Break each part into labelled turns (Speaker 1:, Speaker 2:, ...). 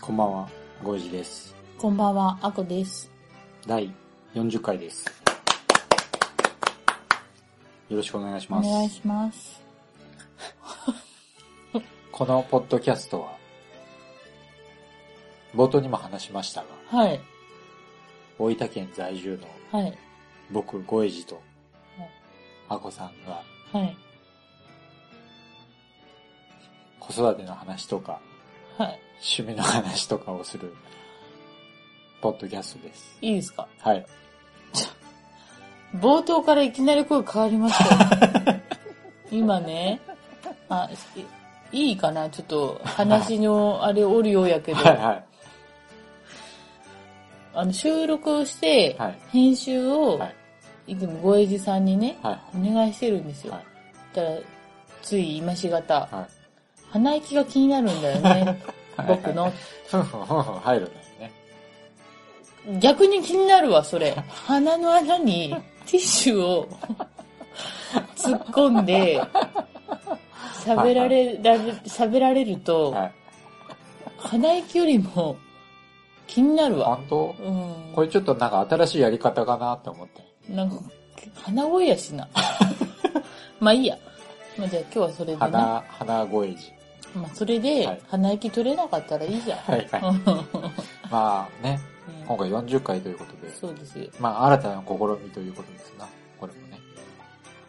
Speaker 1: こんばんは、ゴイジです。
Speaker 2: こんばんはあこです
Speaker 1: 第40回です。よろしくお願いし
Speaker 2: お
Speaker 1: ます。
Speaker 2: 願いします
Speaker 1: このポッドキャストは、冒頭にも話しましたが、
Speaker 2: はい
Speaker 1: 大分県在住の
Speaker 2: はい
Speaker 1: 僕、ゴイジと
Speaker 2: はい、
Speaker 1: アコさんが
Speaker 2: はい
Speaker 1: 子育ての話とか、
Speaker 2: はい
Speaker 1: 趣味の話とかをする、ポッドキャストです。
Speaker 2: いいですか
Speaker 1: はい。
Speaker 2: 冒頭からいきなり声変わりましたよ 今ね、あ、いいいかなちょっと話のあれおるようやけど、
Speaker 1: はいは
Speaker 2: あの収録をして
Speaker 1: い。、はい。
Speaker 2: 編集を、
Speaker 1: はい
Speaker 2: い、つもごえじさんにね、
Speaker 1: はい。
Speaker 2: お願いしてるんですよ。
Speaker 1: はい
Speaker 2: だから、つい今しがた、
Speaker 1: はい。
Speaker 2: 鼻息が気になるんだよ ね。僕の。
Speaker 1: ふんふんふんふん入るんだよね。
Speaker 2: 逆に気になるわ、そ れ。鼻の穴にティッシュを突っ込んで、喋られられ、喋られると、
Speaker 1: はい。
Speaker 2: 鼻息よりも気になるわ。
Speaker 1: 本当
Speaker 2: うん。
Speaker 1: これちょっとなんか新しいやり方かなって思って。
Speaker 2: なんか、鼻声やしな。 まあいいや。まあじゃあ今日はそれでね。ま
Speaker 1: 花、花声字。
Speaker 2: あそれで
Speaker 1: はい、
Speaker 2: 鼻息取れなかったらいいじゃん。
Speaker 1: はいはい。まあね、
Speaker 2: うん
Speaker 1: 今回40回ということで、
Speaker 2: そうですよ。
Speaker 1: まあ新たな試みということですな。これもね。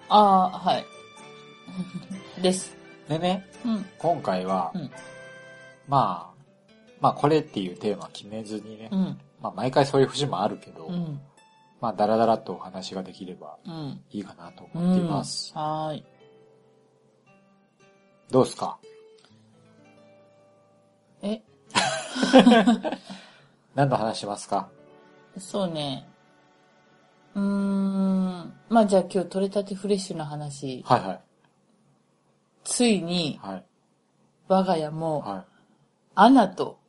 Speaker 2: ああ、はい。 です。
Speaker 1: でね、
Speaker 2: うん。
Speaker 1: 今回は、
Speaker 2: うん
Speaker 1: まあ、まあこれっていうテーマ決めずにね、
Speaker 2: うん。
Speaker 1: まあ毎回そういう節もあるけど、
Speaker 2: うん。
Speaker 1: まあダラダラとお話ができれば
Speaker 2: うん。
Speaker 1: いいかなと
Speaker 2: う
Speaker 1: 思ってい
Speaker 2: ん。は
Speaker 1: ます。
Speaker 2: ーい。
Speaker 1: どうですか
Speaker 2: え、
Speaker 1: 何の話しますか
Speaker 2: そうね。うーん。まあじゃあ今日取れたてフレッシュな話。
Speaker 1: はいはい。
Speaker 2: ついに、
Speaker 1: はい。
Speaker 2: 我が家も、
Speaker 1: はい。
Speaker 2: アナと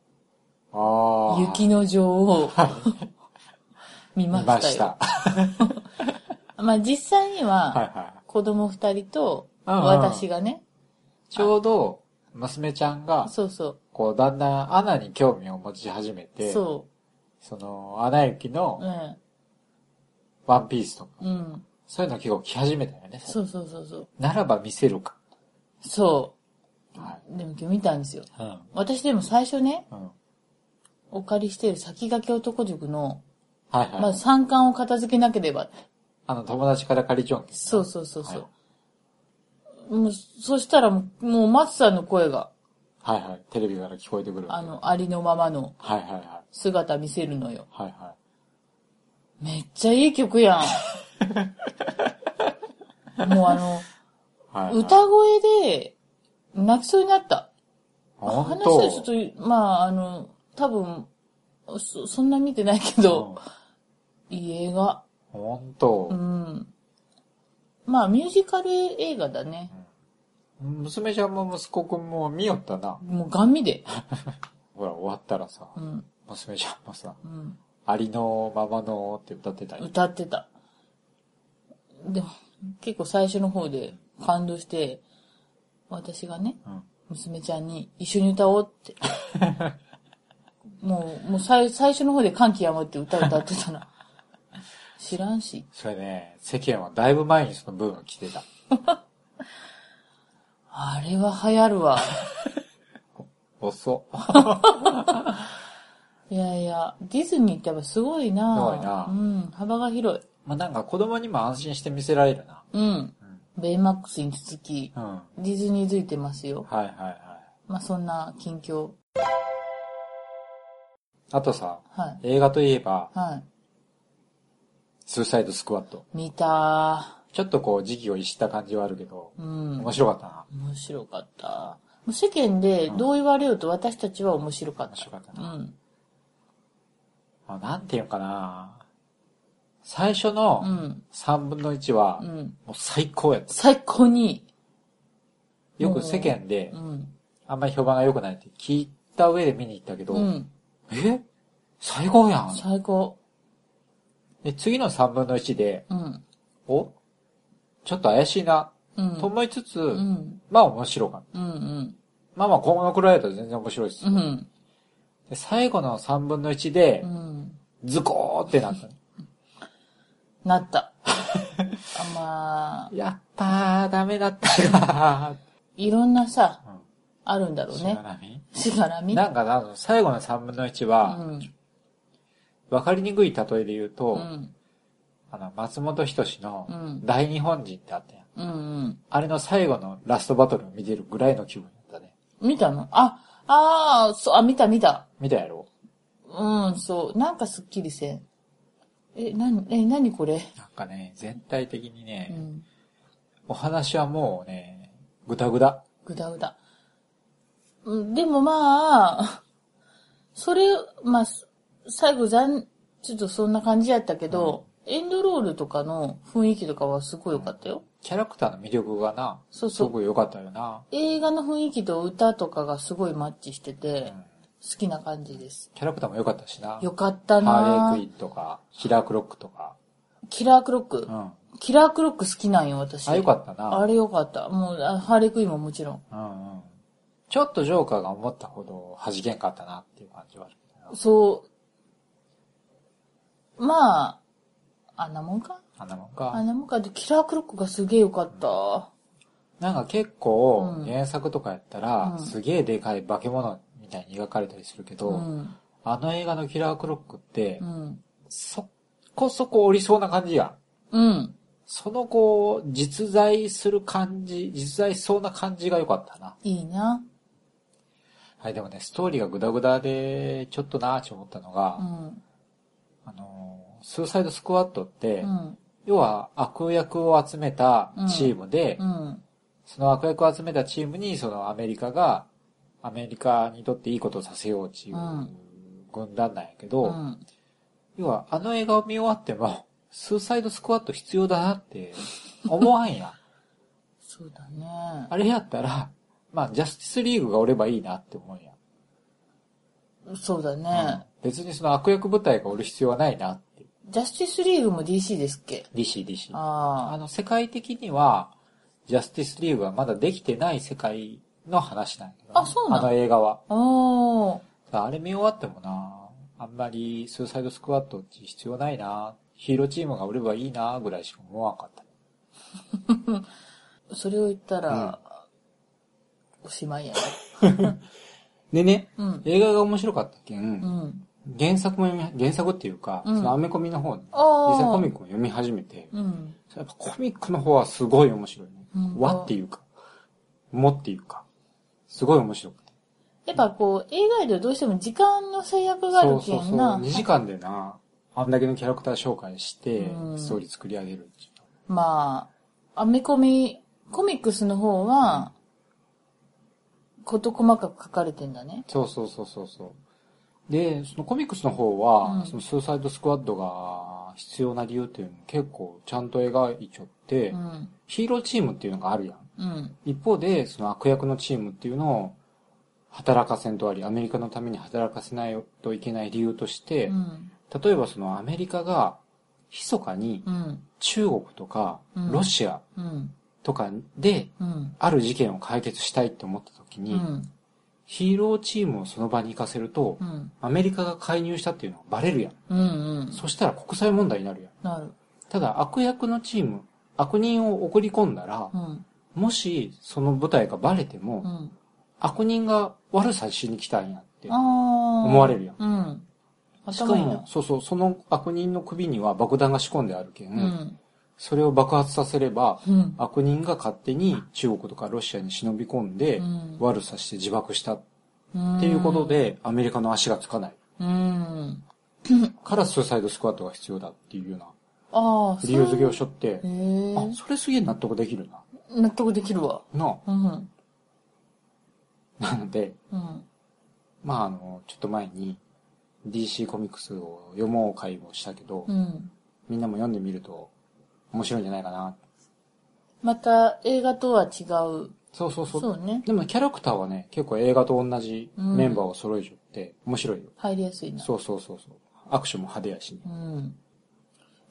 Speaker 1: ああ。
Speaker 2: 雪の女王を 見ま
Speaker 1: 見
Speaker 2: したよ。
Speaker 1: ました。は
Speaker 2: まあ実際に
Speaker 1: いは
Speaker 2: は、
Speaker 1: い。
Speaker 2: 子供二人と、
Speaker 1: うんうん
Speaker 2: 私がね、
Speaker 1: ちょうど、娘ちゃんが、
Speaker 2: そうそ
Speaker 1: こう、だんだんアナに興味を持ち始め
Speaker 2: う、
Speaker 1: て、
Speaker 2: そ
Speaker 1: その、アナ雪
Speaker 2: う、
Speaker 1: の
Speaker 2: う
Speaker 1: ワンピースとか、
Speaker 2: ん、うん、
Speaker 1: そういうの結構着始めたよね。
Speaker 2: そうそうそうそう、
Speaker 1: ならば見せるか。
Speaker 2: そ
Speaker 1: は
Speaker 2: う、でも今日見たんですよ。
Speaker 1: い。うん。
Speaker 2: 私でも最初ね、
Speaker 1: うん。
Speaker 2: お借りしてる先駆け男塾の、
Speaker 1: はいはい。
Speaker 2: まあ三巻を片付けなければ、
Speaker 1: あの、友達から借りちゃうんです
Speaker 2: そ
Speaker 1: ね、
Speaker 2: うそうそうそう
Speaker 1: は。
Speaker 2: もう、そしたらもう、もう松さんの声が、
Speaker 1: はいはい。テレビから聞こえてくる。
Speaker 2: あ、の、ありのままの
Speaker 1: はいはいはい。
Speaker 2: 姿見せるのよ。
Speaker 1: はいは
Speaker 2: めっちゃいい曲や ん。もうあの、
Speaker 1: い。はいはい、
Speaker 2: 歌声で泣きそうになった。
Speaker 1: 本
Speaker 2: 話
Speaker 1: 当
Speaker 2: はちょっと、まあ、あの、多分、そそんな見てないけど、いい映画。
Speaker 1: うん本当、
Speaker 2: うん。まあ、ミュージカル映画だね。
Speaker 1: 娘ちゃんも息子くんも見よったな。
Speaker 2: もうガン見で。
Speaker 1: ほら、終わったらさ、
Speaker 2: うん。
Speaker 1: 娘ちゃんもさ、
Speaker 2: うん。
Speaker 1: ありのままのって歌ってたよ。
Speaker 2: 歌ってた。でも、結構最初の方で感動して、私がね、
Speaker 1: うん
Speaker 2: 娘ちゃんに一緒に歌おう って。もう、もう最最初の方で歓喜やむって歌歌ってたな。知らんし。
Speaker 1: それね、世間はだいぶ前にそのブーム来てた。
Speaker 2: あれは流行るわ。
Speaker 1: 遅っ。
Speaker 2: いやいや、ディズニーってやっぱすごいな
Speaker 1: すごいな
Speaker 2: うん、幅が広い。
Speaker 1: まあ、なんか子供にも安心して見せられるな。
Speaker 2: うん。ベイマックスに続き、
Speaker 1: うん。は
Speaker 2: ディズニーづいてますよ。
Speaker 1: いはいはい。
Speaker 2: まあ、そんな近況。
Speaker 1: あとさ、
Speaker 2: はい。
Speaker 1: 映画といえば、
Speaker 2: は
Speaker 1: スーサイドスクワット。
Speaker 2: い。見た
Speaker 1: ちょっとこう、時期を逸した感じはあるけど、
Speaker 2: ー。うん。
Speaker 1: 面白かったな。
Speaker 2: 面白かった。う世間でどう言われようと私たちは面白かっ
Speaker 1: 面白かった
Speaker 2: た。
Speaker 1: な。
Speaker 2: うん。
Speaker 1: あなんていうのかな最初
Speaker 2: う
Speaker 1: の
Speaker 2: ん。
Speaker 1: 3分の1は
Speaker 2: う、ん。
Speaker 1: もう最高やった。
Speaker 2: 最高に、
Speaker 1: よく世間で
Speaker 2: う、ん。
Speaker 1: あんまり評判が良くないって聞いた上で見に行ったけど、
Speaker 2: うん。
Speaker 1: え最高やん。
Speaker 2: 最高。
Speaker 1: で、次の3分の1で、
Speaker 2: うん。
Speaker 1: おちょっと怪しいな、
Speaker 2: うん。
Speaker 1: と思いつつ、
Speaker 2: うん。
Speaker 1: まあ面白かった。
Speaker 2: うん。うん。
Speaker 1: まあまあ、このくらいだと全然面白いです。
Speaker 2: うん。
Speaker 1: で最後の3分の1で
Speaker 2: う、ん。
Speaker 1: ズコーってな った。
Speaker 2: な った。あまあ、
Speaker 1: やったー、ダメだったか
Speaker 2: いろんなさ、
Speaker 1: うん
Speaker 2: あるんだろ
Speaker 1: ー。
Speaker 2: う
Speaker 1: しが
Speaker 2: ね。
Speaker 1: らみ
Speaker 2: しがらみ。
Speaker 1: なんかな、最後の3分の1
Speaker 2: う
Speaker 1: は、
Speaker 2: ん。
Speaker 1: わかりにくい例えで言うと、
Speaker 2: うん。
Speaker 1: あの、松本人志の
Speaker 2: うん
Speaker 1: 大日本人ってあったやん。
Speaker 2: うん。うん。
Speaker 1: あれの最後のラストバトルを見てるぐらいの気分だったね。
Speaker 2: 見たのあ、ああ、そう、あ、見た見た。
Speaker 1: 見たやろ
Speaker 2: うん、そう。なんかすっきりせん。え、なに、え、なにこれ。
Speaker 1: なんかね、全体的にね
Speaker 2: う、ん。
Speaker 1: お話はもうね、ぐだぐだ。
Speaker 2: ぐだぐだ。うん、でもまあ、それ、まあ、す最後残、ちょっとそんな感じやったけど、エンドロールとかの雰囲気とかはすごい良かったよ。
Speaker 1: キャラクターの魅力がな、
Speaker 2: そう
Speaker 1: す
Speaker 2: そう
Speaker 1: ごい良かったよな。
Speaker 2: 映画の雰囲気と歌とかがすごいマッチして
Speaker 1: う
Speaker 2: て、
Speaker 1: ん
Speaker 2: 好きな感じです。
Speaker 1: キャラクターも良かったしな。
Speaker 2: よかった
Speaker 1: ハー
Speaker 2: な
Speaker 1: レークイーンとか、キラークロックとか。
Speaker 2: キラークロック
Speaker 1: う。ん。
Speaker 2: キラークロック好きなんよ、私。
Speaker 1: あ、良かったな。
Speaker 2: あれよかった。もう、あハーレークイーンももちろん。
Speaker 1: うんうん。ちょっとジョーカーが思ったほど弾けんかったなっていう感じはあるけどな。
Speaker 2: そう。まあ、あんなもんか
Speaker 1: あんなもん
Speaker 2: あ
Speaker 1: か。
Speaker 2: んなもんか。で、キラークロックがすげえよかった。
Speaker 1: なんか結構
Speaker 2: う、ん
Speaker 1: 原作とかやったら、
Speaker 2: うん
Speaker 1: すげえでかい化け物みたいに描かれたりするけど、
Speaker 2: うん。
Speaker 1: あの映画のキラークロックって、
Speaker 2: うん。
Speaker 1: そこそこおりそうな感じやん。
Speaker 2: うん。
Speaker 1: そのこう、実在する感じ、実在しそうな感じが良かったな。
Speaker 2: いいな。
Speaker 1: はい、でもね、ストーリーがグダグダで、ちょっとなーって思ったのが、
Speaker 2: うん。
Speaker 1: あのー、スーサイドスクワットって、
Speaker 2: うん。
Speaker 1: 要は悪役を集めたチームで、
Speaker 2: うん。
Speaker 1: その悪役を集めたチームに、そのアメリカが、アメリカにとっていいことをさせようっていう
Speaker 2: うん
Speaker 1: 軍団なんやけど、
Speaker 2: うん。
Speaker 1: 要はあの映画を見終わっても、スーサイドスクワット必要だなって思わんやん。
Speaker 2: そうだね。
Speaker 1: あれやったら、 まあ、ジャスティスリーグがおればいいなって思うやん。
Speaker 2: そうだ
Speaker 1: うん
Speaker 2: ね。
Speaker 1: 別にその悪役部隊がおる必要はないなって。
Speaker 2: ジャスティスリーグも DC ですっけ
Speaker 1: DC、DC。あ
Speaker 2: あ
Speaker 1: の、世界的には、ジャスティスリーグはまだできてない世界の話なんやけどな
Speaker 2: あそうなん
Speaker 1: あの映画は。
Speaker 2: あ。おー。
Speaker 1: あれ見終わってもな、あんまりスーサイドスクワットって必要ないな、ヒーローチームがおればいいな、ぐらいしか思わんかった。
Speaker 2: それを言ったら、おしまいやね。
Speaker 1: でね、
Speaker 2: うん
Speaker 1: 映画が面白かったけん、
Speaker 2: うん。
Speaker 1: 原作も読み、原作っていうか、
Speaker 2: うん
Speaker 1: そのアメコミの方、ね、
Speaker 2: あー
Speaker 1: 実際コミックを読み始めて、
Speaker 2: うん。
Speaker 1: やっぱコミックの方はすごい面白いね。
Speaker 2: 本当
Speaker 1: 和っていうか、もっていうか、すごい面白くて。
Speaker 2: やっぱこう、映画よりはどうしても時間の制約があ
Speaker 1: そ
Speaker 2: る
Speaker 1: う
Speaker 2: け
Speaker 1: そうそ
Speaker 2: ん
Speaker 1: う。
Speaker 2: な
Speaker 1: 2。時間でな、あんだけのキャラクター紹介して、
Speaker 2: うん
Speaker 1: ストーリー作り上げるっていう
Speaker 2: まあ、編み込み、コミックスの方は、こと細かく書かれてんだね。
Speaker 1: そうそうそうそうそう。で、そのコミックスの方は、
Speaker 2: うん
Speaker 1: そのスーサイドスクワッドが必要な理由っていうのも結構ちゃんと描いちゃって、
Speaker 2: うん。
Speaker 1: ヒーローチームっていうのがあるやん。
Speaker 2: うん。
Speaker 1: 一方で、その悪役のチームっていうのを働かせんとあり、アメリカのために働かせないといけない理由として、
Speaker 2: うん。
Speaker 1: 例えばそのアメリカが密かに
Speaker 2: うん。
Speaker 1: 中国とか
Speaker 2: うん
Speaker 1: ロシア
Speaker 2: うん。
Speaker 1: とかで
Speaker 2: うん。
Speaker 1: ある事件を解決したいって思った時に、ヒーローチームをその場に行かせると、
Speaker 2: うん。
Speaker 1: アメリカが介入したっていうのはバレるやん。
Speaker 2: うん。うん。
Speaker 1: そしたら国際問題になるやん。
Speaker 2: なる。
Speaker 1: ただ悪役のチーム、悪人を送り込んだら
Speaker 2: う、ん。
Speaker 1: もしその舞台がバレても、
Speaker 2: うん。
Speaker 1: 悪人が悪さしに来たんやって
Speaker 2: ああ。。思
Speaker 1: われるやん
Speaker 2: うん。
Speaker 1: しか
Speaker 2: 頭いい
Speaker 1: も
Speaker 2: な、。
Speaker 1: そうそう、その悪人の首には爆弾が仕込んであるけん、
Speaker 2: うん。
Speaker 1: それを爆発させれば、
Speaker 2: うん。
Speaker 1: 悪人が勝手に中国とかロシアに忍び込んで、
Speaker 2: うん
Speaker 1: 悪さして自爆したっ
Speaker 2: って
Speaker 1: いうこと。で、アメリカの足がつかない。
Speaker 2: うん。
Speaker 1: からスーサイドスクワットが必要だっていうような
Speaker 2: ああ、
Speaker 1: 理由
Speaker 2: そう
Speaker 1: 付けをしょって
Speaker 2: へ、
Speaker 1: あ
Speaker 2: え、
Speaker 1: それすげえ納得できるな。
Speaker 2: 納得できるわ。
Speaker 1: なあ
Speaker 2: うん。
Speaker 1: なので、
Speaker 2: うん。
Speaker 1: まああの、ちょっと前に DC コミックスを読もう会をしたけど、
Speaker 2: うん。
Speaker 1: みんなも読んでみると面白いんじゃないかな。
Speaker 2: また、映画とは違う。
Speaker 1: そうそうそう。
Speaker 2: そうね。
Speaker 1: でもキャラクターはね、結構映画と同じメンバーを揃えちゃって、面白いよ。
Speaker 2: 入りやすいな。
Speaker 1: そうそうそうそう。アクションも派手やしね。
Speaker 2: うん。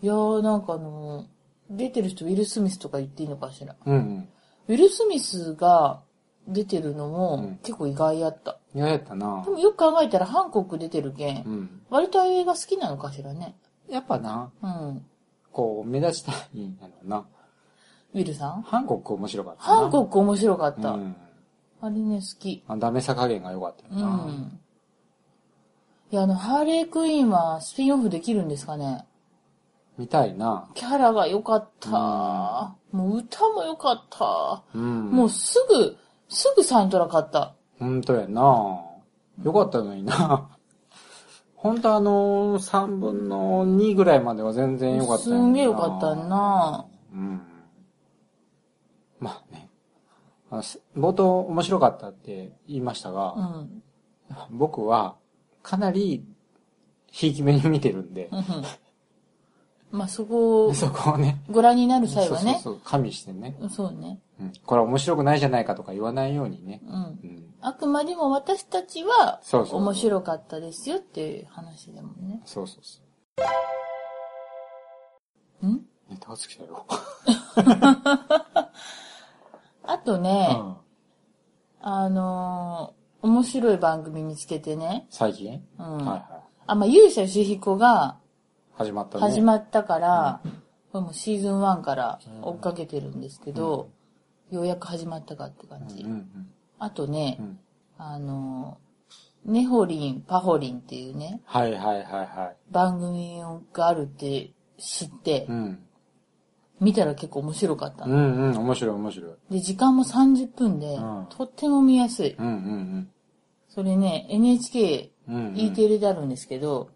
Speaker 2: いやー、なんかあのー出てる人、ウィル・スミスとか言っていいのかしら。
Speaker 1: うんうん。
Speaker 2: ウィル・スミスが出てるの
Speaker 1: う
Speaker 2: も
Speaker 1: ん
Speaker 2: 結構意外やった。
Speaker 1: 意外やったな
Speaker 2: で。もよく考えたら、ハンコック出てるけん、
Speaker 1: うん。
Speaker 2: 割とああいう映画好きなのかしらね。
Speaker 1: やっぱな、
Speaker 2: うん。
Speaker 1: こう、目立ちたいんやろうな。
Speaker 2: ウィルさん
Speaker 1: ハンコック面白かったな。
Speaker 2: ハンコック面白かった。
Speaker 1: うん。
Speaker 2: あれね、好き。
Speaker 1: あダメさ加減が良かった
Speaker 2: う
Speaker 1: よな。
Speaker 2: ん。いや、あの、ハーレークイーンはスピンオフできるんですかね。
Speaker 1: 見たいな。
Speaker 2: キャラが良かった。もう歌も良かった。
Speaker 1: うん。
Speaker 2: もうすぐ、すぐサントラ買った。
Speaker 1: 本当やなよかったのにな 本当あのー、3分の2ぐらいまでは全然良かったのに
Speaker 2: すんげえ良かったんな
Speaker 1: うん。まあね。あのす冒頭面白かったって言いました
Speaker 2: う
Speaker 1: が、
Speaker 2: ん。
Speaker 1: 僕はかなりひいき目に見てるんで、
Speaker 2: まあ、そこを
Speaker 1: そこをね、
Speaker 2: ご覧になる際はね。
Speaker 1: そうそうそう、加味してね、
Speaker 2: そうね。
Speaker 1: うん。これは面白くないじゃないかとか言わないようにね。
Speaker 2: うん。
Speaker 1: うん、
Speaker 2: あくまでも私たちは
Speaker 1: そうそう
Speaker 2: 面白かったですよっていう話だもんね。
Speaker 1: そうそうそ
Speaker 2: ん
Speaker 1: う。ネタがつきたよ。
Speaker 2: あとね、あのー面白い番組見つけてね、
Speaker 1: 最近、
Speaker 2: うん
Speaker 1: はいはい。
Speaker 2: あ、まあ、勇者ヨシヒコが
Speaker 1: 始まったね。
Speaker 2: 始まったから、これもうシーズン1から追っかけてるんですけど、ようやく始まったかって感じ。
Speaker 1: うんうん
Speaker 2: あとね、
Speaker 1: うん。
Speaker 2: あのー、ネホリン、パホリンっていうね、
Speaker 1: はいはいはいは
Speaker 2: 番組があるって知って
Speaker 1: い。う、ん。
Speaker 2: 見たら結構面白かった
Speaker 1: う
Speaker 2: の。
Speaker 1: んうん、面白い面白い。
Speaker 2: で、時間も30分で
Speaker 1: うん、
Speaker 2: とっても見やすい。
Speaker 1: うんうん
Speaker 2: それね、NHK
Speaker 1: うん。うんうん。
Speaker 2: E テレであるんですけど、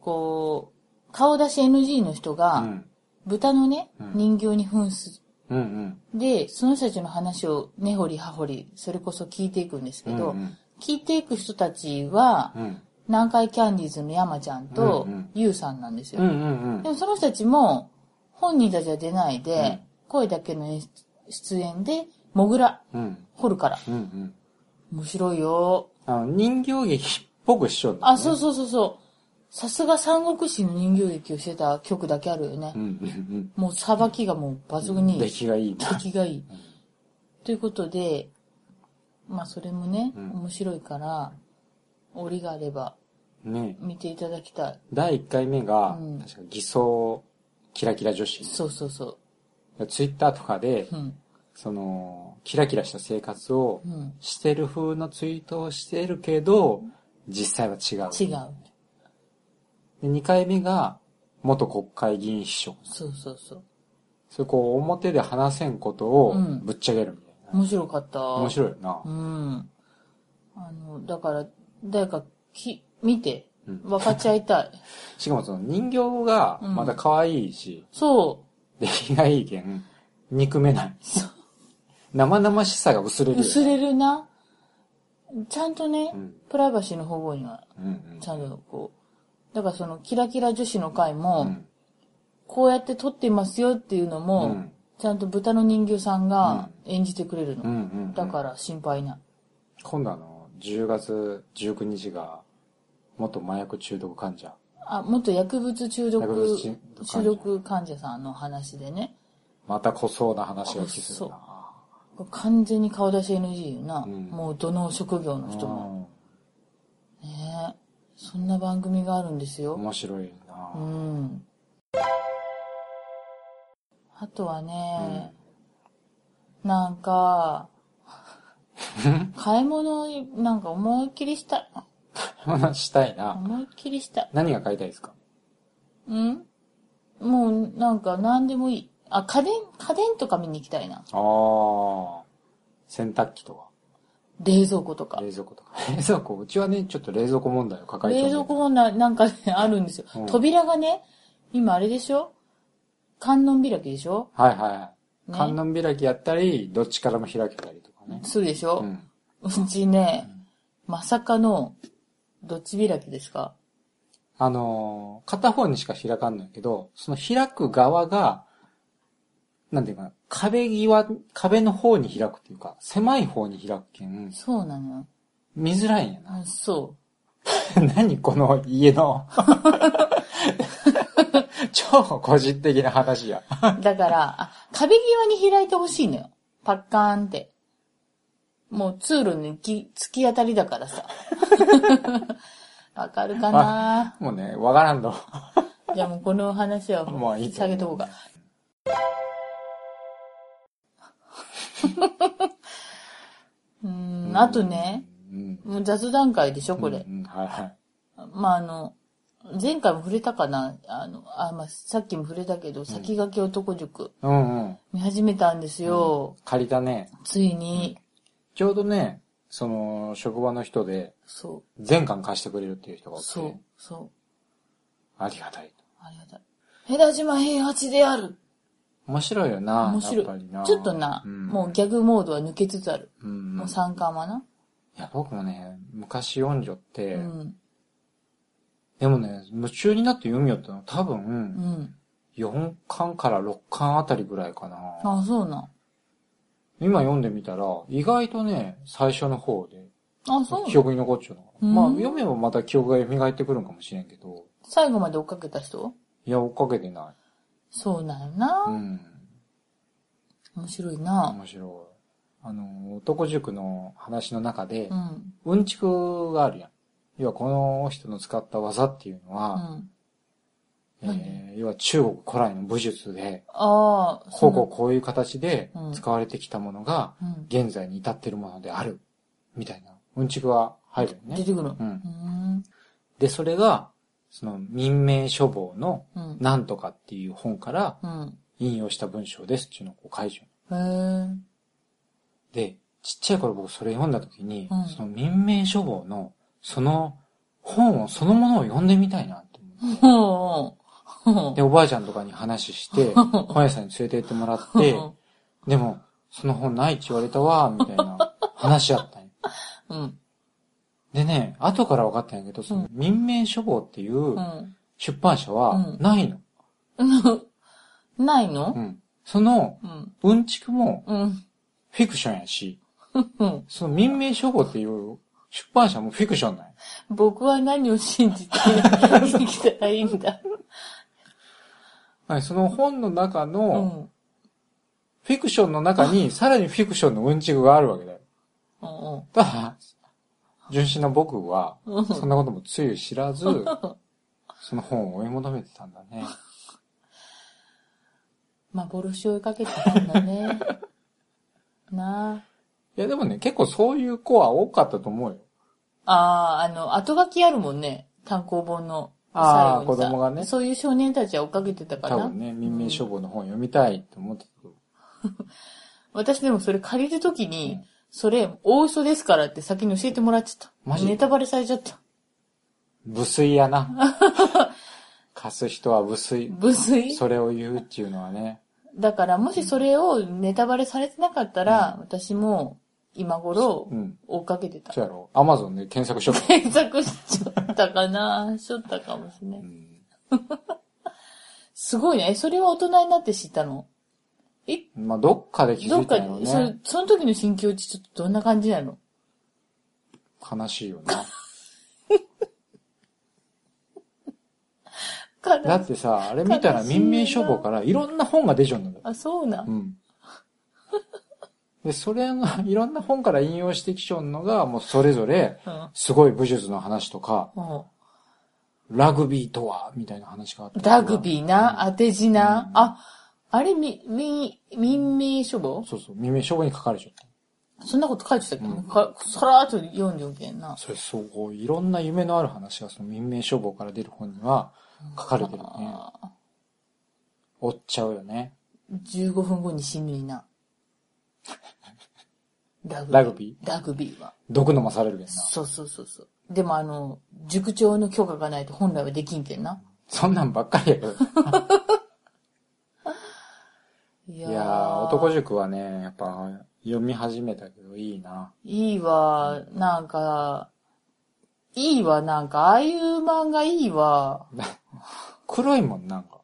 Speaker 2: こう、顔出し NG の人
Speaker 1: う
Speaker 2: が、
Speaker 1: ん
Speaker 2: 豚のね、
Speaker 1: うん
Speaker 2: 人形に扮す。
Speaker 1: うんうん。
Speaker 2: で、その人たちの話を根掘り葉掘り、それこそ聞いていくんですけど、
Speaker 1: うんうん
Speaker 2: 聞いていく人たちは、
Speaker 1: うん
Speaker 2: 南海キャンディーズの山ちゃんと
Speaker 1: うんうん、
Speaker 2: ゆうさんなんですよ。
Speaker 1: うんうん
Speaker 2: でもその人たちも、本人たちは出ないで、
Speaker 1: うん
Speaker 2: 声だけの演出出演で、モグラ、
Speaker 1: うん。うん
Speaker 2: 掘るから。
Speaker 1: うんうん。
Speaker 2: 面白いよ。
Speaker 1: あの、人形劇っぽくしよう
Speaker 2: あ、そう
Speaker 1: そ
Speaker 2: そうそうそう。さすが三国志の人形劇をしてた曲だけあるよね
Speaker 1: う。。うんうん
Speaker 2: もうさばきがもう抜
Speaker 1: う
Speaker 2: 群
Speaker 1: ん。
Speaker 2: に
Speaker 1: 出来がいいな。
Speaker 2: 敵がいい。ということで、まあそれもね、
Speaker 1: うん
Speaker 2: 面白いから、折があれば
Speaker 1: ね
Speaker 2: 見ていただきたい。
Speaker 1: 第1回目が
Speaker 2: うん、
Speaker 1: 確か偽装キラキラ女子。
Speaker 2: そうそうそ
Speaker 1: ツイッターとかで
Speaker 2: う。、うん。
Speaker 1: その、キラキラした生活を
Speaker 2: うん。
Speaker 1: してる風のツイートをしてるけど、実際は違う。
Speaker 2: 違う。
Speaker 1: で、2回目が、元国会議員秘書。
Speaker 2: そうそうそう。
Speaker 1: それこう、表で話せんことを
Speaker 2: うん
Speaker 1: ぶっちゃけるみたいな。
Speaker 2: 面白かった。
Speaker 1: 面白いよな。
Speaker 2: うん。あの、だから、誰かき、見て、
Speaker 1: うん
Speaker 2: 分かち合いたい。
Speaker 1: しかもその人形が
Speaker 2: うん
Speaker 1: また可愛いし、
Speaker 2: そ
Speaker 1: 出来がいいけん、憎めない。
Speaker 2: そ
Speaker 1: 生々しさが薄れ
Speaker 2: う、
Speaker 1: るよね。
Speaker 2: 薄れるな。ちゃんとね、
Speaker 1: うん
Speaker 2: プライバシーの保護には、
Speaker 1: うんうん。
Speaker 2: ちゃんとこう、だからその、キラキラ女子の会も、
Speaker 1: うん
Speaker 2: こうやって撮ってますよっていうのも、
Speaker 1: うん
Speaker 2: ちゃんと豚の人形さんが演じてくれるの。
Speaker 1: うんうんうん。
Speaker 2: だから心配ない。
Speaker 1: 今度あの、10月19日が、元麻薬中毒患者。
Speaker 2: あ、元薬物中毒、
Speaker 1: 薬物中毒患者
Speaker 2: 中毒患者さんの話でね、
Speaker 1: また濃そうな話が来そうな。
Speaker 2: 完全に顔出し NG よな。
Speaker 1: うん
Speaker 2: もうどの職業の人も。
Speaker 1: う
Speaker 2: ねえそんな番組があるんです
Speaker 1: ん
Speaker 2: よ。。
Speaker 1: 面白いうなん
Speaker 2: あとはね、なん か、買い物なんか思いっきりしたい。
Speaker 1: 話したいな。
Speaker 2: 思いっきりしたい。
Speaker 1: 何が買いたいですか
Speaker 2: うんもうなんか何でもいい。あ、家電、家電とか見に行きたいな。
Speaker 1: ああ。洗濯機と
Speaker 2: 冷蔵庫と
Speaker 1: か、
Speaker 2: か。
Speaker 1: 冷蔵庫とか。 冷蔵庫、うちはね、ちょっと冷蔵庫問題を抱えて
Speaker 2: 冷
Speaker 1: る。
Speaker 2: 蔵庫もななんかね、 あるんですよ
Speaker 1: うん。
Speaker 2: 扉がね、今あれでしょ観音開きでしょ
Speaker 1: はいはい。
Speaker 2: ね
Speaker 1: 観音開きやったり、どっちからも開けたりとかね。
Speaker 2: するでしょ、
Speaker 1: うん。
Speaker 2: うちね、まさかの、どっち開きですか
Speaker 1: あのー、片方にしか開かんのやけど、その開く側が、なんていうかな、壁際、壁の方に開くっていうか、狭い方に開くけん、
Speaker 2: そうなのよ。
Speaker 1: 見づらいんやな。
Speaker 2: あそ
Speaker 1: 何この家の。超個人的な話や。
Speaker 2: う。だから、あ、壁際に開いてほしいのよ。パッカーンって。もう通路にき突き当たりだから さ。わかるかな
Speaker 1: もうね、わからんの。
Speaker 2: じゃあもうこの話は
Speaker 1: もういいと
Speaker 2: 下
Speaker 1: 思う
Speaker 2: げとこうか。うーん、あとね、
Speaker 1: うん。
Speaker 2: もう雑談会でしょ、これ
Speaker 1: う。んうんはいはい。
Speaker 2: まあ、あの、前回も触れたかなあの、あ、まあ、さっきも触れたけど、先駆け男塾
Speaker 1: うんうん。
Speaker 2: 見始めたんですよ。
Speaker 1: 借りたね。
Speaker 2: ついに、
Speaker 1: ちょうどね、その、職場の人で、
Speaker 2: そ
Speaker 1: 全巻貸してくれるっていう人がお
Speaker 2: う、
Speaker 1: って、
Speaker 2: そう、そう、
Speaker 1: ありがたい。
Speaker 2: ありがたい。平島平八である
Speaker 1: 面白いよな。
Speaker 2: 面白
Speaker 1: やっぱり
Speaker 2: い
Speaker 1: な。。
Speaker 2: ちょっとな、
Speaker 1: うん
Speaker 2: もうギャグモードは抜けつつある。
Speaker 1: うんうん、
Speaker 2: もう
Speaker 1: い
Speaker 2: 三巻はな。
Speaker 1: や、僕もね、昔読んじゃって、
Speaker 2: うん、
Speaker 1: でもね、夢中になって読みよったの、多
Speaker 2: う
Speaker 1: 分、
Speaker 2: ん。
Speaker 1: 4巻から6巻あたりぐらいかな。
Speaker 2: あ、そうなん。
Speaker 1: 今読んでみたら、意外とね、最初の方で、
Speaker 2: あ、そう
Speaker 1: 記
Speaker 2: なん。
Speaker 1: 憶に残っちゃうの。
Speaker 2: うん
Speaker 1: まあ、読めばまた記憶が蘇ってくるんかもしれんけど、
Speaker 2: 最後まで追っかけた人
Speaker 1: いや、追っかけてな
Speaker 2: そうなんよ
Speaker 1: い。う
Speaker 2: な。
Speaker 1: ん。
Speaker 2: 面白いな。
Speaker 1: 面白い。あの、男塾の話の中で
Speaker 2: う、ん。
Speaker 1: うんちくがあるやん。要はこの人の使った技っていうの
Speaker 2: う
Speaker 1: は、
Speaker 2: ん。
Speaker 1: えー要は中国古来の武術で、
Speaker 2: ああ、
Speaker 1: こう
Speaker 2: な
Speaker 1: こうこういう形で
Speaker 2: うん
Speaker 1: 使われてきたものが、
Speaker 2: うん。
Speaker 1: 現在に至ってるものである。みたいな。うんちくは入るよ
Speaker 2: 出
Speaker 1: ね。
Speaker 2: てくる。う
Speaker 1: うんん。で、それが、その民命書房の
Speaker 2: うん。
Speaker 1: なんとかっていう本から
Speaker 2: うん。
Speaker 1: 引用した文章ですっていうのをこう解除。
Speaker 2: へえ。
Speaker 1: で、ちっちゃい頃僕それ読んだ時に、
Speaker 2: うん
Speaker 1: その民命書房のその本をそのものを読んでみたいなって思って
Speaker 2: ほう。ほう。
Speaker 1: で、おばあちゃんとかに話 して、本屋さんに連れて行ってもらって、 でも、その本ないって言われたわ、みた いな話やったんよ
Speaker 2: うん。
Speaker 1: でね、後から分かったんやけど、その民命書房っていう
Speaker 2: うん。
Speaker 1: 出版社
Speaker 2: う
Speaker 1: は
Speaker 2: ん
Speaker 1: ないの。
Speaker 2: ない
Speaker 1: うん。
Speaker 2: の
Speaker 1: その、
Speaker 2: うん。
Speaker 1: うんちくも
Speaker 2: うん。
Speaker 1: フィクションやし、
Speaker 2: うん。
Speaker 1: その民命書房っていう出版社もフィクションなんよ
Speaker 2: 僕は何を信じて生きたらいいん だ。
Speaker 1: はい、その本の中
Speaker 2: う
Speaker 1: の、
Speaker 2: ん。
Speaker 1: フィクションの 中に、さらにフィクションのうんちくがあるわけだよ。
Speaker 2: うん。
Speaker 1: ただ、純真な僕は、
Speaker 2: うん。
Speaker 1: そんなこともつゆ 知らず、その本を追い求めてたんだね。
Speaker 2: 幻を追いかけてたんだ ね。ない
Speaker 1: や、でもね、結構そういう子は多かったと思うよ。
Speaker 2: あ。ああ、あの、後書きあるもんね。単行本の。
Speaker 1: あー
Speaker 2: 最後にさ
Speaker 1: 子供がね
Speaker 2: そういう少年たちは追っかけてたか
Speaker 1: 多
Speaker 2: ら。
Speaker 1: 分ね、民命書房の本読みたいと思ってたと思う
Speaker 2: 私でもそれ借りるときに、
Speaker 1: うん
Speaker 2: それ、大嘘ですからって先に教えてもらっちゃった。
Speaker 1: マジ
Speaker 2: ネタバレされちゃった。
Speaker 1: 無粋 やな。貸す人は無粋。
Speaker 2: 無粋
Speaker 1: それを言うっていうのはね、
Speaker 2: だから、もしそれをネタバレされてなかったら、私も、今頃
Speaker 1: う、ん。
Speaker 2: 追っかけてた。
Speaker 1: そうやろ。アマゾンで検索しよう。
Speaker 2: 検索しちゃったかなしょったかもしれな
Speaker 1: う
Speaker 2: い。
Speaker 1: ん
Speaker 2: すごいね。え、それは大人になって知ったのえ、
Speaker 1: まあ、どっかで気
Speaker 2: ど
Speaker 1: づ
Speaker 2: っ
Speaker 1: いた
Speaker 2: か
Speaker 1: んやろ
Speaker 2: で、
Speaker 1: う
Speaker 2: そ
Speaker 1: ね。
Speaker 2: その時の心境ってちょっとどんな感じなの
Speaker 1: 悲しいよな。
Speaker 2: か
Speaker 1: だ
Speaker 2: ら、
Speaker 1: ってさ、あれ見たら
Speaker 2: 悲しいな
Speaker 1: 民命書房からいろんな本が出ちゃうんだよ。
Speaker 2: あ、そうな。
Speaker 1: うんん。で、それの、いろんな本から引用してきちゃうのが、もうそれぞれ、
Speaker 2: うん。
Speaker 1: すごい武術の話とか、
Speaker 2: うん
Speaker 1: ラグビーとは、みたいな話があった。
Speaker 2: ラグビーな、当て字な
Speaker 1: う、ん
Speaker 2: あ、あれ、み、み、民命書房
Speaker 1: そうそう、民命書房に書かれちゃった。
Speaker 2: そんなこと書いてたっけ、
Speaker 1: うん
Speaker 2: かさらーっと読んじゃうけんな。
Speaker 1: それ、そう、こういろんな夢のある話が、その民命書房から出る本には、書かれてるね。
Speaker 2: あ
Speaker 1: 追っちゃうよね。
Speaker 2: ー15分後に死ぬにな。ラグビー。
Speaker 1: ラグビ
Speaker 2: ラグビーは。
Speaker 1: ー毒飲まされるけどな。
Speaker 2: そうそうそうそう。でもあの、塾長の許可がないと本来はできんけんな。
Speaker 1: そんなんばっかりやけど。
Speaker 2: いい
Speaker 1: い
Speaker 2: や
Speaker 1: や
Speaker 2: ー
Speaker 1: ー、男塾はね、やっぱ読み始めたけどいいな。
Speaker 2: いいわ、なんか、いいわ、なんか、ああいう漫画いいわ。
Speaker 1: 黒いもんなんか。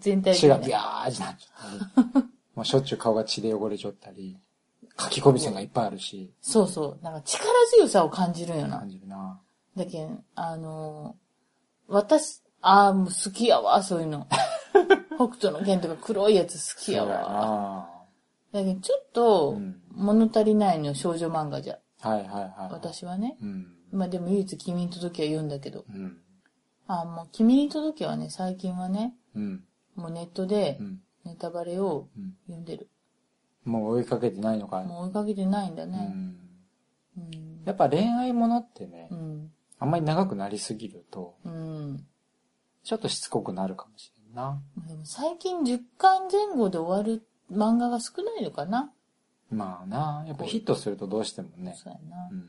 Speaker 2: 全体的
Speaker 1: 血
Speaker 2: に
Speaker 1: がビャーってなっちゃったり。もうしょっちゅう顔が血で汚れちゃったり。書き込み線がいっぱいあるし。
Speaker 2: そうそう。なんか力強さを感じるんよな
Speaker 1: 感。じるな。
Speaker 2: だけん、あのー私、ああ、もう好きやわ、そういう の。北斗の剣とか黒いやつ好きや
Speaker 1: そう
Speaker 2: わ。
Speaker 1: な
Speaker 2: だけど、ちょっと
Speaker 1: うん、
Speaker 2: 物足りないのよ、少女漫画じゃ。
Speaker 1: はいはいはい。。
Speaker 2: 私はね。
Speaker 1: うん。
Speaker 2: まあでも唯一君に届けは読んだけど。
Speaker 1: うん。
Speaker 2: ああ、もう君に届けはね、最近はね、
Speaker 1: うん。
Speaker 2: もうネットで
Speaker 1: うん。
Speaker 2: ネタバレを
Speaker 1: うん。
Speaker 2: 読んでる。
Speaker 1: もう追いかけてないのか。
Speaker 2: もう追いかけてないんだ
Speaker 1: う
Speaker 2: ね。
Speaker 1: ん。
Speaker 2: うん。
Speaker 1: やっぱ恋愛ものってね
Speaker 2: う、ん。
Speaker 1: あんまり長くなりすぎると、
Speaker 2: うん。
Speaker 1: ちょっとしつこくなるかもしれんな。
Speaker 2: でも最近10巻前後で終わる漫画が少ないのかな、
Speaker 1: まあな、やっぱヒットするとどうしてもね。
Speaker 2: そうやな
Speaker 1: う。ん。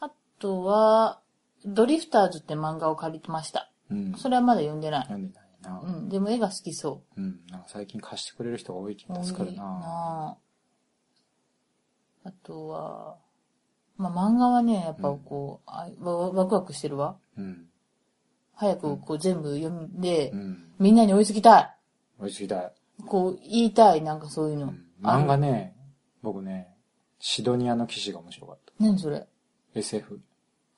Speaker 2: あとは、ドリフターズって漫画を借りてました。
Speaker 1: うん。
Speaker 2: それはまだ読んでない。
Speaker 1: 読んでないな
Speaker 2: う。ん、でも絵が好きそ
Speaker 1: うん。なんか最近貸してくれる人が多いけ
Speaker 2: う。
Speaker 1: ど助かる
Speaker 2: 多い
Speaker 1: な。
Speaker 2: なあとは、まあ、漫画はね、やっぱこう、あわワクワクしてるわ。
Speaker 1: うん。
Speaker 2: 早くこう全部読んで、
Speaker 1: うん。
Speaker 2: みんなに追いつきたい
Speaker 1: 追いつきたい。
Speaker 2: こう言いたい、なんかそういうの。
Speaker 1: うん漫画ね、僕ね、シドニアの騎士が面白かっ
Speaker 2: 何それは
Speaker 1: た。SF。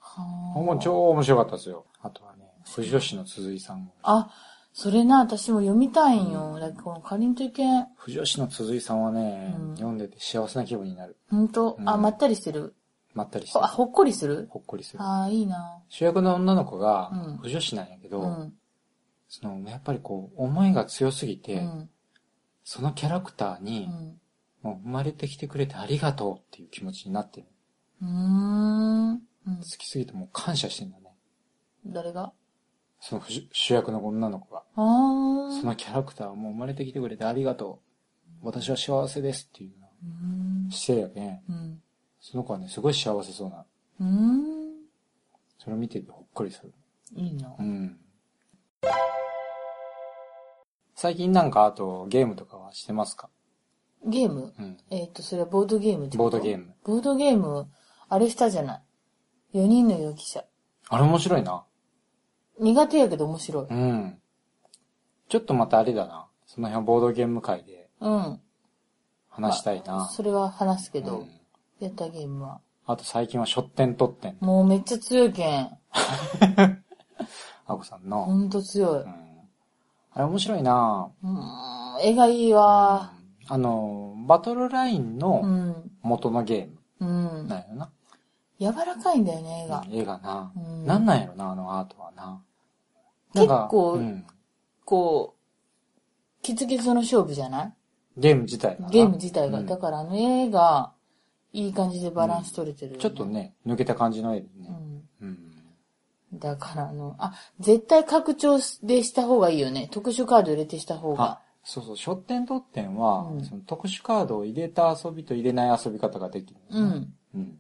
Speaker 2: あ
Speaker 1: もう超面白かったですよ。あとはね、藤吉の鈴井さんも。
Speaker 2: あ、それな、私も読みたいんよ。だけどこのかりんといけん。
Speaker 1: 藤吉の鈴井さんはね、
Speaker 2: うん
Speaker 1: 読んでて幸せな気分になる。
Speaker 2: ほんと、
Speaker 1: うん
Speaker 2: あ、まったりしてる。
Speaker 1: まったりして
Speaker 2: ほ、あ、ほっこりする
Speaker 1: ほっこりする。
Speaker 2: ああ、いいな。
Speaker 1: 主役の女の子が
Speaker 2: うん、
Speaker 1: 不女子なんやけ
Speaker 2: う
Speaker 1: ど、
Speaker 2: ん。
Speaker 1: その、やっぱりこう、思いが強すぎ
Speaker 2: う
Speaker 1: て、
Speaker 2: ん。
Speaker 1: そのキャラクター
Speaker 2: う
Speaker 1: に、
Speaker 2: ん。
Speaker 1: もう生まれてきてくれてありがとうっていう気持ちになってる。
Speaker 2: うーん。うん
Speaker 1: 好きすぎてもう感謝してんだね。
Speaker 2: 誰が
Speaker 1: その不女主役の女の子が。
Speaker 2: ああ。
Speaker 1: そのキャラクターはもう生まれてきてくれてありがとう。私は幸せですっていうよ
Speaker 2: うー
Speaker 1: うんな姿勢やけん。
Speaker 2: うん。
Speaker 1: その子はね、すごい幸せそうな。
Speaker 2: うーん。
Speaker 1: それを見ててほっこりする。
Speaker 2: いいな
Speaker 1: う。ん。最近なんかあとゲームとかはしてますか
Speaker 2: ゲーム
Speaker 1: うん。
Speaker 2: えっ、と、それはボードゲームってこと
Speaker 1: ボードゲーム。
Speaker 2: ボードゲーム、あれしたじゃない。4人の容疑者。
Speaker 1: あれ面白いな。
Speaker 2: 苦手やけど面白い。
Speaker 1: うん。ちょっとまたあれだな。その辺はボードゲーム会で
Speaker 2: うん。
Speaker 1: 話したいな。
Speaker 2: それは話すけ
Speaker 1: う
Speaker 2: ど、
Speaker 1: ん。
Speaker 2: やったゲームは。
Speaker 1: あと最近はしょってんとってん。
Speaker 2: もうめっちゃ強いけん。
Speaker 1: あこさん
Speaker 2: ほ
Speaker 1: の。
Speaker 2: んと強い。
Speaker 1: うん。あれ面白いな。
Speaker 2: うーん、絵がいいわ。
Speaker 1: あの、バトルライン
Speaker 2: う
Speaker 1: の
Speaker 2: ん。
Speaker 1: 元のゲーム
Speaker 2: うん。
Speaker 1: なんやな。
Speaker 2: 柔らかいんだよね、絵が
Speaker 1: うん。絵がな
Speaker 2: う。ん
Speaker 1: なんなんやろな、あのアートはな。
Speaker 2: 結構
Speaker 1: なんかうん
Speaker 2: こう、キツキツの勝負じゃない
Speaker 1: ゲーム自体がな。
Speaker 2: ゲーム自体が。
Speaker 1: うん
Speaker 2: だからあの絵が、いい感じでバランス取れてるよ、
Speaker 1: ちょっとね、抜けた感じの絵で
Speaker 2: う
Speaker 1: ね。
Speaker 2: ん。
Speaker 1: うん。
Speaker 2: だからあの、あ、絶対拡張でした方がいいよね。特殊カード入れてした方
Speaker 1: あ
Speaker 2: が。、
Speaker 1: そうそう、書店特典は、
Speaker 2: うん
Speaker 1: その特殊カードを入れた遊びと入れない遊び方ができる。
Speaker 2: うん。
Speaker 1: うん。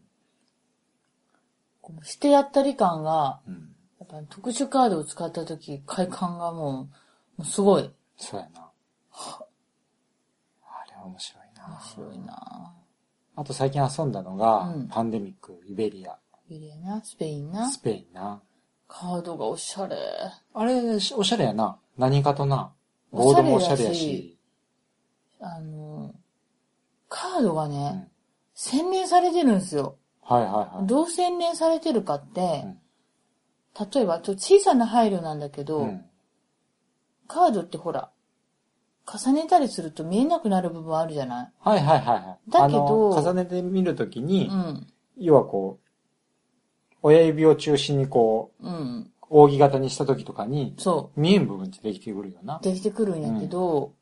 Speaker 2: こうしてやったり感が、
Speaker 1: うん。
Speaker 2: やっぱ特殊カードを使った時、快感がもう、もうすごい。
Speaker 1: そうやな。あれは面白いな
Speaker 2: 面。白いな
Speaker 1: あと最近遊んだのが、
Speaker 2: うん
Speaker 1: パンデミック、イベリア、
Speaker 2: ビリやな、スペインな
Speaker 1: ス。ペインな。
Speaker 2: カードがおしゃれ。
Speaker 1: あれ、しおしゃれやな。何かとな。ボ
Speaker 2: お
Speaker 1: ー
Speaker 2: しゃ
Speaker 1: ド
Speaker 2: れやし
Speaker 1: もおしゃれやし。
Speaker 2: あの、カードが
Speaker 1: う
Speaker 2: ね、
Speaker 1: ん
Speaker 2: 洗練されてるんですよ。
Speaker 1: はいはいはい。
Speaker 2: どう洗練されてるかって、
Speaker 1: ん
Speaker 2: 例えば、ちょっと小さな配慮なんだけど、
Speaker 1: うん
Speaker 2: カードってほら、重ねたりすると見えなくなる部分あるじゃな
Speaker 1: はいはいはいはい。
Speaker 2: だけど
Speaker 1: あの重ねてみるとき
Speaker 2: い
Speaker 1: に、
Speaker 2: うん。
Speaker 1: 要はこう、親指を中心にこう、
Speaker 2: うん。
Speaker 1: 扇形にしたときとかに、
Speaker 2: そ
Speaker 1: 見えん部分ってできてくるよな
Speaker 2: う。。できてくるんやけど、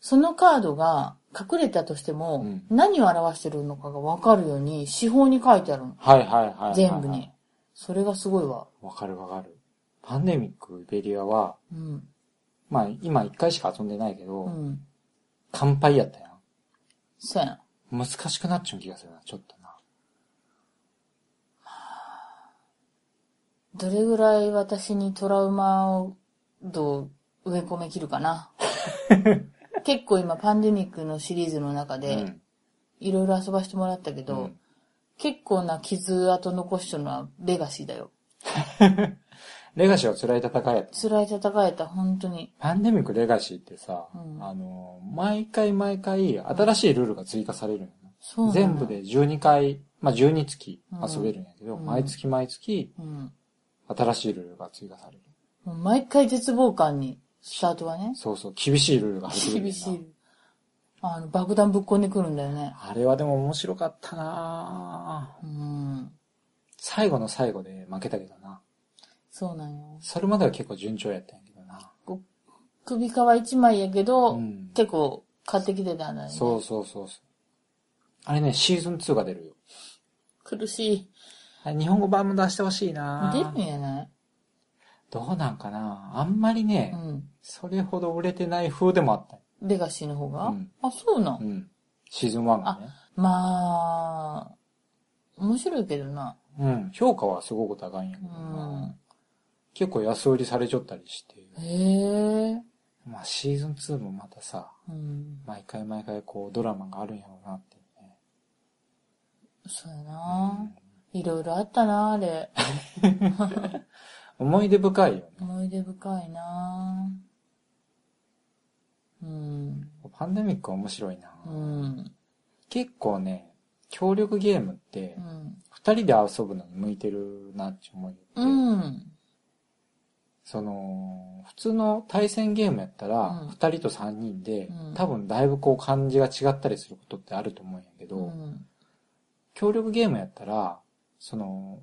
Speaker 2: そのカードが隠れたとしても、
Speaker 1: うん
Speaker 2: 何を表してるのかがわかるように、四方に書いてあるの。
Speaker 1: はいはいはいはいはい。
Speaker 2: 全部に。それがすごいわ。
Speaker 1: わかるわかる。パンデミック、イベリアは、
Speaker 2: うん。
Speaker 1: まあ今一回しか遊んでないけど、
Speaker 2: うん。
Speaker 1: 乾杯やったやん。
Speaker 2: そうやな。
Speaker 1: 難しくなっちゃう気がするな、ちょっとな。
Speaker 2: どれぐらい 私にトラウマを、どう、植え込めきるかな。結構今パンデミックのシリーズの中
Speaker 1: う
Speaker 2: で、
Speaker 1: ん
Speaker 2: いろいろ遊ばせてもらったけど、
Speaker 1: うん
Speaker 2: 結構な傷跡残しとるのはレガシーだよ。
Speaker 1: レガシーは辛い戦いやと。
Speaker 2: 辛い戦えた、本当に。
Speaker 1: パンデミックレガシーってさ、
Speaker 2: うん
Speaker 1: あの、毎回毎回新しいルールが追加されるんよな
Speaker 2: そうなの
Speaker 1: 全部。で12回、まあ、12月遊べるんやけど、
Speaker 2: うん
Speaker 1: 毎月毎月
Speaker 2: うん。
Speaker 1: 新しいルールが追加される。
Speaker 2: もう毎回絶望感に、スタートはね。
Speaker 1: そうそう、厳しいルールが入ってくるん
Speaker 2: 厳
Speaker 1: やな
Speaker 2: しい。あの、爆弾ぶっこんでくるんだよね。
Speaker 1: あれはでも面白かったな
Speaker 2: う
Speaker 1: ぁ
Speaker 2: ん。
Speaker 1: 最後の最後で負けたけどな。
Speaker 2: そうなんよ。
Speaker 1: それまでは結構順調やったんやけどな。
Speaker 2: 首皮一枚やけど、
Speaker 1: うん
Speaker 2: 結構買ってきてたんだよね。
Speaker 1: そうそうそうそう。あれね、シーズン2が出るよ。
Speaker 2: 苦しい。
Speaker 1: あれ日本語版も出してほしいな
Speaker 2: 出るんやない
Speaker 1: どうなんかなあんまりね、
Speaker 2: うん。
Speaker 1: それほど売れてない風でもあったよ。
Speaker 2: レガシーの方が、
Speaker 1: うん
Speaker 2: あ、そうなん、
Speaker 1: うん。シーズン1がね。
Speaker 2: まあ、面白いけどな。
Speaker 1: うん。評価はすごく高いんやけ
Speaker 2: う
Speaker 1: どな、
Speaker 2: ん。
Speaker 1: 結構安売りされちゃったりして。
Speaker 2: へえ。
Speaker 1: まあシーズン2もまたさ、
Speaker 2: うん。
Speaker 1: 毎回毎回こうドラマがあるんやろうなっていうね。
Speaker 2: そうやな。いろいろあったな、あれ。
Speaker 1: 思い出深いよね。
Speaker 2: 思い出深いな。うん。
Speaker 1: パンデミック面白いな、
Speaker 2: うん。
Speaker 1: 結構ね、協力ゲームって
Speaker 2: う、ん。
Speaker 1: 二人で遊ぶのに向いてるなって思って、
Speaker 2: うん。
Speaker 1: その、普通の対戦ゲームやった
Speaker 2: う
Speaker 1: ら
Speaker 2: ん、
Speaker 1: 二人と三人で、
Speaker 2: うん
Speaker 1: 多分だいぶこう感じが違ったりすることってあると思うんやけど、
Speaker 2: うん。
Speaker 1: 協力ゲームやったら、その、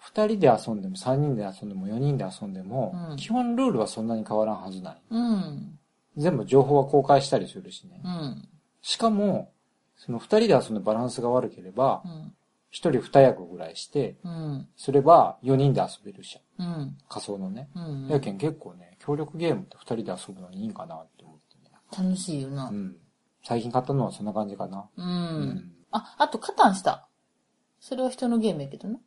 Speaker 1: 二人で遊んでも三人で遊んでも四人で遊んでも、
Speaker 2: うん
Speaker 1: 基本ルールはそんなに変わらんはずない。
Speaker 2: うん。
Speaker 1: 全部情報は公開したりするしね。
Speaker 2: うん。
Speaker 1: しかも、その二人で遊んでバランスが悪ければ、
Speaker 2: うん。
Speaker 1: 一人二役ぐらいして、
Speaker 2: うん。
Speaker 1: すれば4人で遊べるし、
Speaker 2: うん。
Speaker 1: 仮想のね。
Speaker 2: うん。
Speaker 1: やけん結構ね、協力ゲームって2人で遊ぶのにいいんかなって思ってね。
Speaker 2: 楽しいよな
Speaker 1: う。ん。最近買ったのはそんな感じかな。
Speaker 2: う。。
Speaker 1: うん
Speaker 2: あ、あと、カタンした。それは人のゲームやけどな。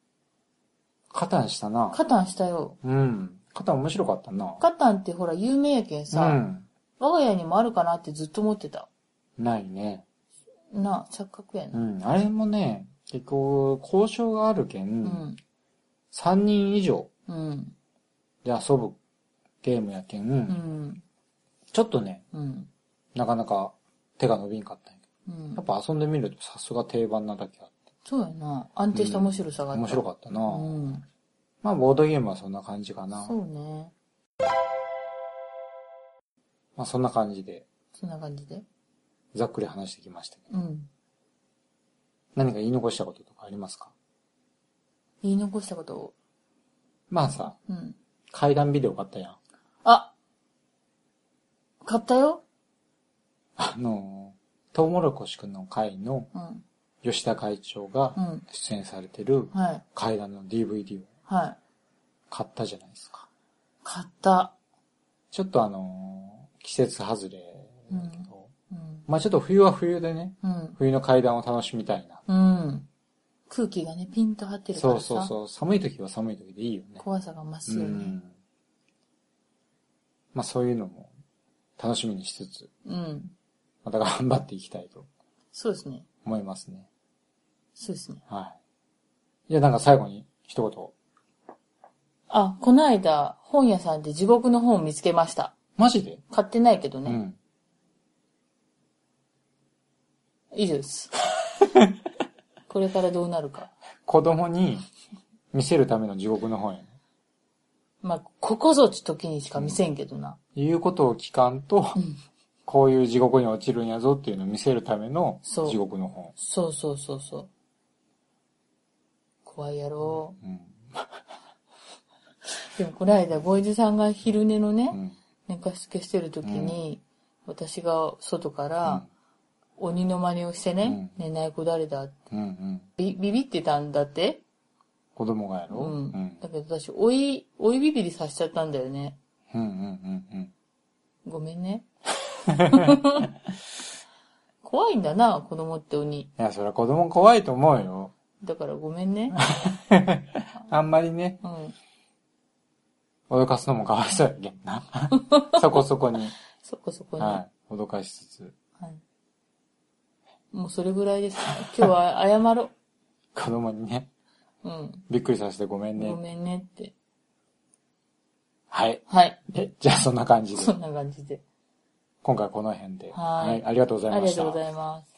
Speaker 1: カタンしたな。
Speaker 2: カタンしたよ。
Speaker 1: うん。カタン面白かったな。
Speaker 2: カタンってほら、有名やけんさ、
Speaker 1: うん。
Speaker 2: 我が家にもあるかなってずっと思ってた。
Speaker 1: ないね。
Speaker 2: なあ、錯覚や
Speaker 1: う
Speaker 2: な。
Speaker 1: ん。あれもね、結構、交渉があるけ、
Speaker 2: うんん。
Speaker 1: 3人以上
Speaker 2: うん。
Speaker 1: で遊ぶゲームやけ、
Speaker 2: うんん。
Speaker 1: ちょっとね、
Speaker 2: うん。
Speaker 1: なかなか手が伸びんかったんやけ
Speaker 2: う
Speaker 1: ど
Speaker 2: ん
Speaker 1: やっ。ぱ遊んでみるとさすが定番なだけあって。
Speaker 2: そうやな。安定した面白さがあった。
Speaker 1: 面白かったな。
Speaker 2: うん。
Speaker 1: まあ、ボードゲームはそんな感じかな。
Speaker 2: そうね。
Speaker 1: まあ、そんな感じで、
Speaker 2: そんな感じで。
Speaker 1: ざっくり話してきましたけど。
Speaker 2: うん。
Speaker 1: 何か言い残したこととかありますか
Speaker 2: 言い残したことを。
Speaker 1: まあさ、
Speaker 2: うん。
Speaker 1: 階段ビデオ買ったやん。
Speaker 2: あ買ったよ
Speaker 1: あのー、トウモロコシくんの会の
Speaker 2: うん。
Speaker 1: 吉田会長が
Speaker 2: うん。
Speaker 1: 出演されてる
Speaker 2: はい。
Speaker 1: 階段の DVD を
Speaker 2: はい。
Speaker 1: 買ったじゃないですか。
Speaker 2: 買った。
Speaker 1: ちょっとあのー、季節外れだけど、
Speaker 2: うん。
Speaker 1: まあちょっと冬は冬でね、
Speaker 2: うん。
Speaker 1: 冬の階段を楽しみたいな。
Speaker 2: うん。空気がね、ピンと張ってるか
Speaker 1: そ
Speaker 2: ら
Speaker 1: う
Speaker 2: さ。
Speaker 1: そうそう、寒い時は寒い時でいいよね。
Speaker 2: 怖さが増すよね。
Speaker 1: まあそういうのも楽しみにしつつ、
Speaker 2: うん。
Speaker 1: また頑張っていきたいと
Speaker 2: そうですね。
Speaker 1: 思いますね。
Speaker 2: そうですね。
Speaker 1: はい。じゃあなんか最後に一言。
Speaker 2: あ、この間、本屋さんで地獄の本を見つけました。
Speaker 1: マジで、
Speaker 2: 買ってないけど
Speaker 1: う
Speaker 2: ね。
Speaker 1: ん。
Speaker 2: 以上です。 これからどうなるか。
Speaker 1: 子供に見せるための地獄の本やね。
Speaker 2: まあ、ここぞって時にしか見せんけどな。
Speaker 1: 言うことを聞かんと、こういう地獄に落ちるんやぞっていうのを見せるための
Speaker 2: そう
Speaker 1: 地獄の本。
Speaker 2: そうそうそうそう。怖いやろ。
Speaker 1: うん。
Speaker 2: でもこの間、ボイズさんが昼寝の
Speaker 1: う
Speaker 2: ね、
Speaker 1: ん。
Speaker 2: 寝かしつけしてる時に、私が外から鬼の真似をしてね、寝ない子誰だって
Speaker 1: うん。うん。
Speaker 2: ビビビってたんだって
Speaker 1: 子供がやろ
Speaker 2: うん。
Speaker 1: うん。
Speaker 2: だけど私、追い、追いビビりさせちゃったんだよね。
Speaker 1: うんうんうんうん。
Speaker 2: ごめん ね。怖いんだな、子供って鬼。
Speaker 1: いや、それは子供怖いと思うよ。
Speaker 2: だからごめんね。
Speaker 1: あんまりね、
Speaker 2: うん。
Speaker 1: 脅かすのもかわいそうやけんな。そこそこに。
Speaker 2: そこそこに。
Speaker 1: は脅かしつつ、
Speaker 2: はい。もうそれぐらいですね。今日は謝ろ
Speaker 1: 子供にね、
Speaker 2: う。うん。
Speaker 1: びっくりさせてごめんね
Speaker 2: ご。めんねって。
Speaker 1: はい。
Speaker 2: はい。
Speaker 1: えじゃあそんな感じで
Speaker 2: そ、んな感じで。
Speaker 1: 今回はこの辺で。
Speaker 2: はい
Speaker 1: ありがとうござ
Speaker 2: あ
Speaker 1: いま
Speaker 2: りが
Speaker 1: した。
Speaker 2: とうございます。